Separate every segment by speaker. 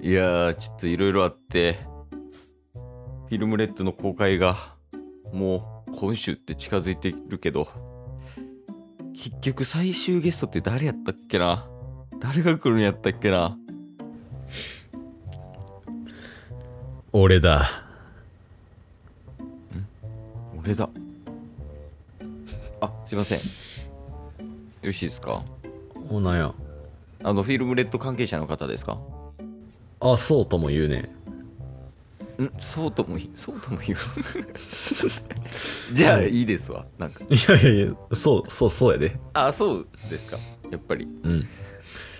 Speaker 1: いやー、ちょっといろいろあって、フィルムレッドの公開が、もう今週って近づいてるけど、結局最終ゲストって誰やったっけな誰が来るんやったっけな
Speaker 2: 俺だ。
Speaker 1: 俺だ。あ、すいません。よろしいですか
Speaker 2: おなんや。
Speaker 1: あの、フィルムレッド関係者の方ですか
Speaker 2: あ、そうとも言うね。
Speaker 1: んそうともいそうとも 言うじゃあいいですわなんか
Speaker 2: いやいやいや、そう、そう、そうやで。
Speaker 1: あそうですかやっぱり
Speaker 2: うん。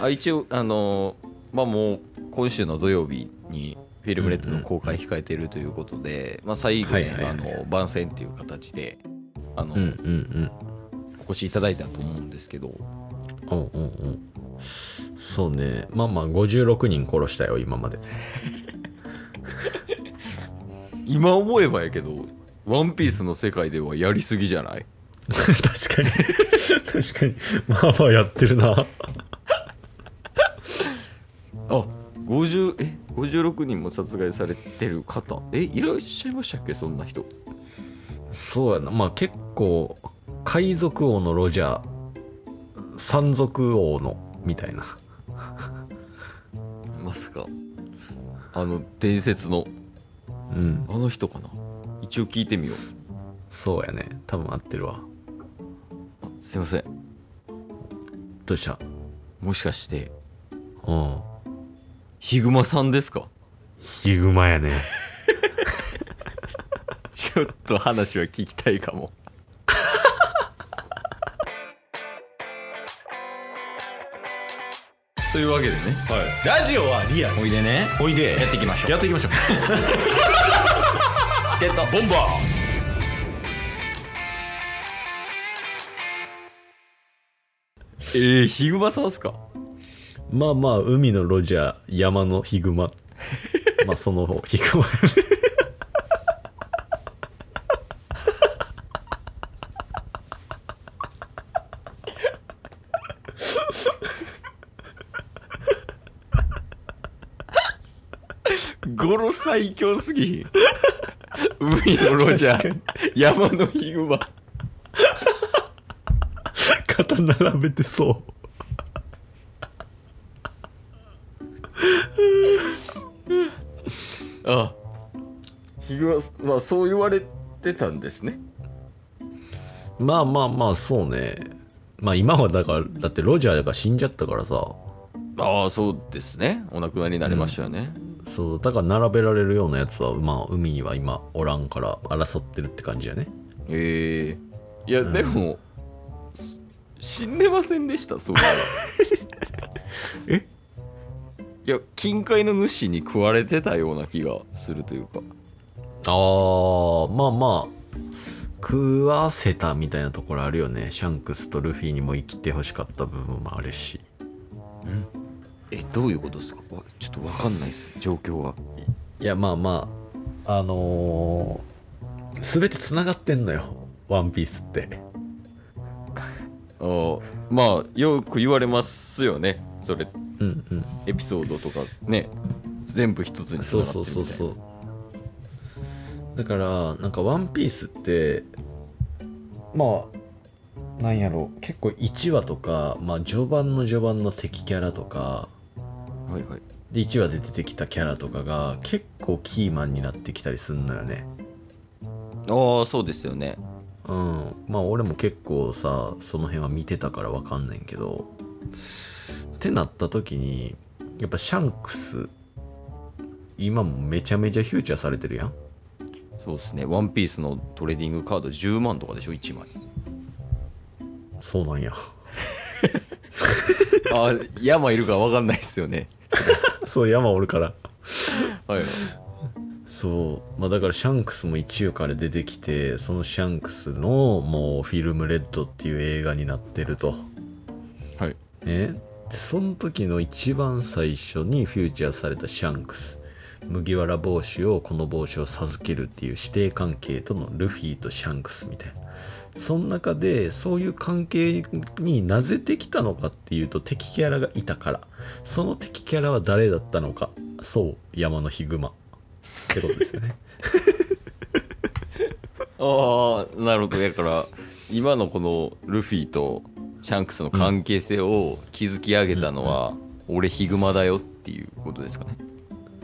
Speaker 1: あ一応あのーまあもう今週の土曜日にフィルムレッドの公開控えているということで、まあ、最後
Speaker 2: はい
Speaker 1: ね、
Speaker 2: はいはい
Speaker 1: あの番宣っていう形であの、
Speaker 2: うんうん
Speaker 1: お越しいただいたと思うんですけど
Speaker 2: うん。おうおうおう。そうね。まあまあ、56人殺したよ、今まで。
Speaker 1: 今思えばやけど「ワンピースの世界ではやりすぎじゃない
Speaker 2: 確かに。確かに。まあまあやってるな。
Speaker 1: あ50え56人も殺害されてる方えいらっしゃいましたっけそんな人
Speaker 2: そうやな。まあ結構、海賊王のロジャー、山賊王の、みたいな。
Speaker 1: まさかあの伝説の
Speaker 2: うん。
Speaker 1: あの人かな一応聞いてみよう
Speaker 2: そうやね。多分合ってるわ。
Speaker 1: あすいません
Speaker 2: どうした
Speaker 1: もしかして
Speaker 2: うん。
Speaker 1: ヒグマさんですか
Speaker 2: ヒグマやね。
Speaker 1: ちょっと話は聞きたいか もというわけでね
Speaker 2: はい。ラジオはリアル。
Speaker 1: おいでね
Speaker 2: おいで。
Speaker 1: やっていきましょう
Speaker 2: っていきましょう。
Speaker 1: ゲット
Speaker 2: ボンバ
Speaker 1: えー、ヒグマさんですか
Speaker 2: ーまあまあ、海のロジャー、山のヒグ マ。まあ、その方、ヒグマ。
Speaker 1: ゴロ最強すぎひん海のロジャー山のヒグマ
Speaker 2: 肩並べてそう。
Speaker 1: あヒグマまあそう言われてたんですね
Speaker 2: まあまあまあ、そうね。まあ今はだから、だってロジャーが死んじゃったからさ。
Speaker 1: ああそうですねお亡くなりになりましたよね、
Speaker 2: そう、だから並べられるようなやつは、まあ海には今おらんから争ってるって感じやね。
Speaker 1: ええいや、でもす死んでませんでしたそれは
Speaker 2: え
Speaker 1: いや近海の主に食われてたような気がするというか
Speaker 2: あー、まあまあ。食わせたみたいなところあるよね。シャンクスとルフィにも生きてほしかった部分もあるし。
Speaker 1: えどういうことですかわちょっと分かんないです状況が
Speaker 2: いやまあまああのー、全てつながってんのよ「ワンピースって
Speaker 1: あーまあよく言われますよねそれ
Speaker 2: うんうん
Speaker 1: エピソードとかね全部一つにつ
Speaker 2: そ
Speaker 1: な
Speaker 2: う
Speaker 1: がって
Speaker 2: そ
Speaker 1: る
Speaker 2: う
Speaker 1: みたいな
Speaker 2: そうそうだからなんか「ワンピースってまあなんやろう結構1話とか、まあ、序盤の序盤の敵キャラとか
Speaker 1: はいはい
Speaker 2: で1話で出てきたキャラとかが結構キーマンになってきたりすんのよね
Speaker 1: ああそうですよね
Speaker 2: うん、まあ俺も結構さその辺は見てたからわかんないけどってなった時にやっぱシャンクス今もめちゃめちゃフューチャーされてるやん
Speaker 1: そうですねワンピースのトレーディングカード10万とかでしょ1枚
Speaker 2: そうなんや
Speaker 1: あー山いるか分かんないですよね
Speaker 2: そう山おるから
Speaker 1: はい
Speaker 2: そうまあだからシャンクスも一応から出てきてそのシャンクスのもうフィルムレッドっていう映画になってると
Speaker 1: はい
Speaker 2: ねでその時の一番最初にフューチャーされたシャンクス麦わら帽子をこの帽子を授けるっていう師弟関係とのルフィとシャンクスみたいなその中でそういう関係になぜできたのかっていうと敵キャラがいたからその敵キャラは誰だったのかそう山のヒグマってことですよね
Speaker 1: ああなるほどだから今のこのルフィとシャンクスの関係性を築き上げたのは、俺ヒグマだよっていうことですかね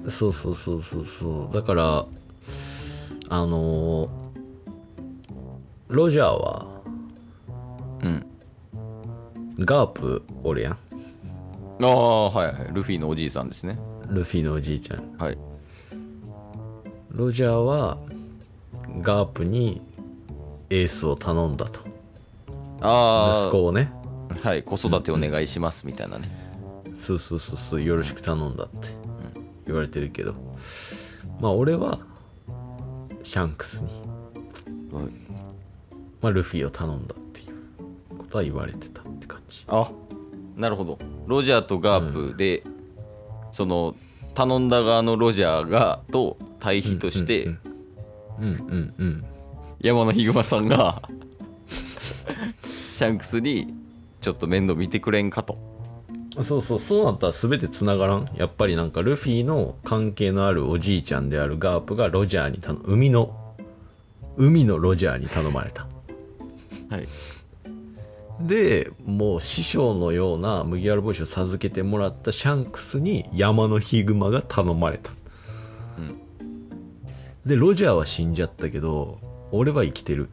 Speaker 2: そうそうそうそうそうだからあのーロジャーは
Speaker 1: うん
Speaker 2: ガープおるやん
Speaker 1: ああはいはいルフィのおじいさんですね
Speaker 2: ルフィのおじいちゃん
Speaker 1: はい
Speaker 2: ロジャーはガープにエースを頼んだと
Speaker 1: ああ
Speaker 2: 息子をね
Speaker 1: はい子育てお願いしますみたいなね、
Speaker 2: そうそうそうそうよろしく頼んだって言われてるけどまあ俺はシャンクスに、
Speaker 1: はい
Speaker 2: まあ、ルフィを頼んだっていうことは言われてたって感じ
Speaker 1: あなるほどロジャーとガープで、その頼んだ側のロジャーがと対比として、
Speaker 2: うんうんうんうん
Speaker 1: 山のヒグマさんがシャンクスにちょっと面倒見てくれんかと
Speaker 2: そうそうそうなったら全て繋がらんやっぱりなんかルフィの関係のあるおじいちゃんであるガープがロジャーに頼む海の海のロジャーに頼まれた
Speaker 1: はい
Speaker 2: でもう師匠のような麦わら帽子を授けてもらったシャンクスに山のヒグマが頼まれた、
Speaker 1: うん
Speaker 2: でロジャーは死んじゃったけど俺は生きてる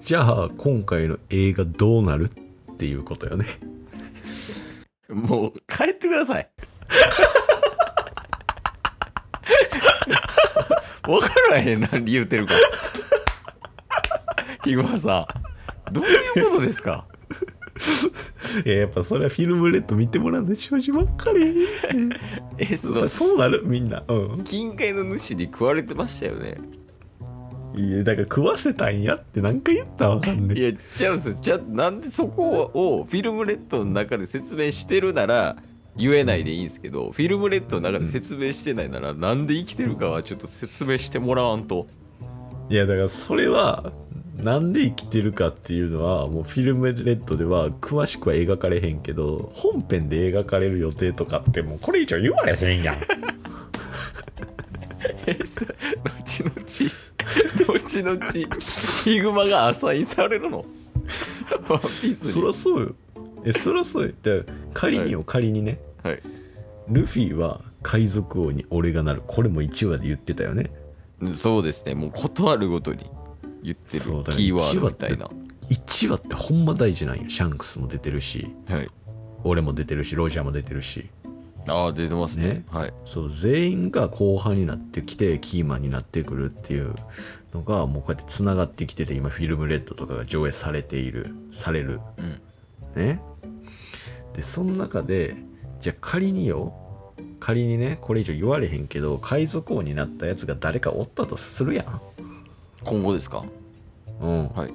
Speaker 2: じゃあ今回の映画どうなるっていうことよね
Speaker 1: もう帰ってくだ さい分からへん何言うてるかヒグマさんどういうことですか
Speaker 2: いややっぱそれはフィルムレッド見てもらうんで正直ばっかり
Speaker 1: えそ
Speaker 2: そ
Speaker 1: の
Speaker 2: そうなるみんなうん
Speaker 1: 近海の主に食われてましたよね
Speaker 2: いやだから食わせたんやって何回言ったらわかんね
Speaker 1: い
Speaker 2: え
Speaker 1: やちゃうんですよじゃなんでそこをフィルムレッドの中で説明してるなら言えないでいいんですけどフィルムレッドの中で説明してないならなんで生きてるかはちょっと説明してもらわんと
Speaker 2: いやだからそれはなんで生きてるかっていうのはもうフィルムレッドでは詳しくは描かれへんけど本編で描かれる予定とかってもうこれ以上言われへんやん
Speaker 1: 後々後々ヒグマがアサインされるのワンピース
Speaker 2: そ
Speaker 1: に
Speaker 2: らそうよえそらそうよだから仮によ仮にね
Speaker 1: はい
Speaker 2: ルフィは海賊王に俺がなるこれも1話で言ってたよね
Speaker 1: そうですねもう断るごとに言ってる
Speaker 2: そうだね
Speaker 1: キーワードみたいな
Speaker 2: 1話ってほんま大事なんよシャンクスも出てるし
Speaker 1: はい
Speaker 2: 俺も出てるしロジャーも出てるし
Speaker 1: ああ出てますね
Speaker 2: ね
Speaker 1: はい
Speaker 2: そう全員が後半になってきてキーマンになってくるっていうのがもうこうやってつながってきてて今フィルムレッドとかが上映されているされる
Speaker 1: うん
Speaker 2: ねでその中でじゃあ仮によ仮にねこれ以上言われへんけど海賊王になったやつが誰かおったとするやん
Speaker 1: 今後ですか
Speaker 2: うん
Speaker 1: はい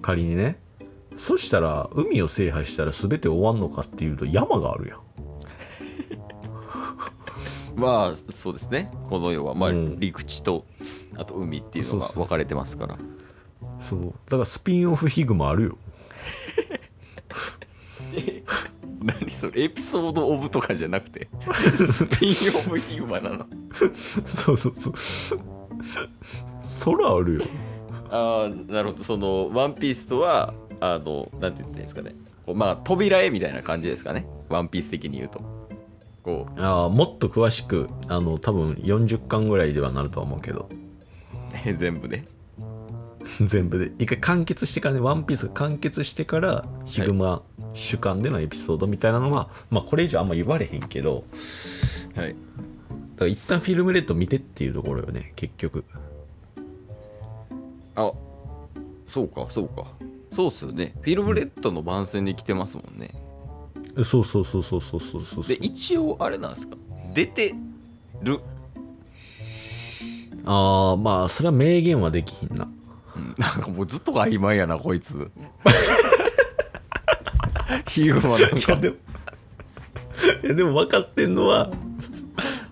Speaker 2: 仮にねそしたら海を制覇したら全て終わんのかっていうと山があるやん
Speaker 1: まあそうですねこの世は、まあ
Speaker 2: うん
Speaker 1: 陸地とあと海っていうのが
Speaker 2: そうそう
Speaker 1: 分かれてますから
Speaker 2: そうだからスピンオフヒグマあるよ
Speaker 1: 何それエピソード・オブとかじゃなく てスピン・オブ・ヒグマなの
Speaker 2: そうそうそう。空あるよ。
Speaker 1: ああなるほどその「ワンピースとはあのなんて言ったらいいんですかねこうまあ扉絵みたいな感じですかねワンピース的に言うとこう
Speaker 2: ああ、もっと詳しく、あの、多分40巻ぐらいではなるとは思うけど。
Speaker 1: え 全部で
Speaker 2: 全部で。一回完結してからね、ワンピースが完結してから、ヒグマ主観でのエピソードみたいなのは、まあこれ以上あんま言われへんけど、
Speaker 1: はい
Speaker 2: だから一旦フィルムレッド見てっていうところよね、結局。
Speaker 1: あそうかそうかそうっすよねフィルムレッドの番宣で来てますもんね、
Speaker 2: そうそうそうそうそうそうそう
Speaker 1: で一応あれなんですか出てる
Speaker 2: ああ、まあそれは明言はできひんな。
Speaker 1: うんなんかもうずっと曖昧やなこい つヒグマなん
Speaker 2: いや
Speaker 1: か
Speaker 2: でも いやでも分かってんのは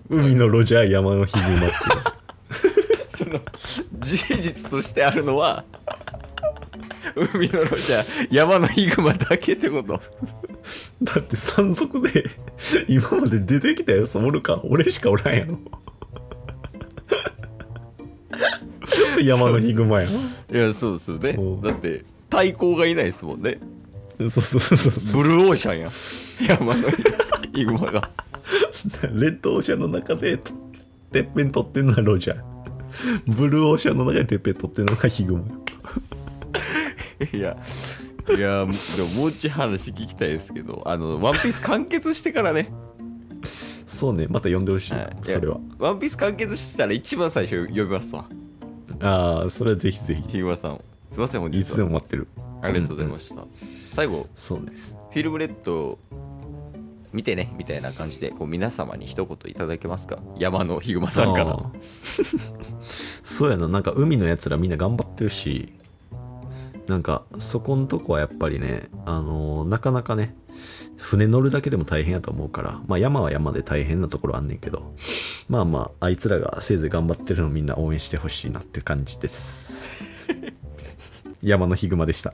Speaker 2: 海のロジャー山のヒグマって
Speaker 1: その事実としてあるのは海のロジャー山のヒグマだけってこと
Speaker 2: だって山賊で今まで出てきたやつおるか俺しかおらんやろ山のヒグマや
Speaker 1: いやそうですよね
Speaker 2: うん
Speaker 1: だって対抗がいないですもんね
Speaker 2: そうそうそうそう
Speaker 1: ブルーオーシャンやん山のヒグマが
Speaker 2: レッドオーシャンの中でとてっぺん取ってんのはロジャーブルーオーシャンの中でてっぺん取ってんのがヒグマ
Speaker 1: いやいやでももうちょい話聞きたいですけどあの「ワンピース完結してからね
Speaker 2: そうねまた呼んでほしいな、
Speaker 1: はい
Speaker 2: それは
Speaker 1: 「ワンピース完結してたら一番最初呼びますわ
Speaker 2: ああそれはぜひぜ
Speaker 1: ヒグマさんをすいません本
Speaker 2: ひい
Speaker 1: 日
Speaker 2: つで
Speaker 1: は
Speaker 2: も待ってる
Speaker 1: ありがとうございました、最後
Speaker 2: そうね
Speaker 1: フィルムレッド見てねみたいな感じでこう皆様に一言いただけますか山のヒグマさんか
Speaker 2: あ
Speaker 1: ら
Speaker 2: ー そうやななんか海のやつらみんな頑張ってるしなんかそこんとこはやっぱりねあのーなかなかね船乗るだけでも大変やと思うからまあ山は山で大変なところあんねんけどまあまああいつらがせいぜい頑張ってるのをみんな応援してほしいなって感じです 山のヒグマでした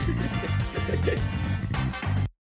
Speaker 3: す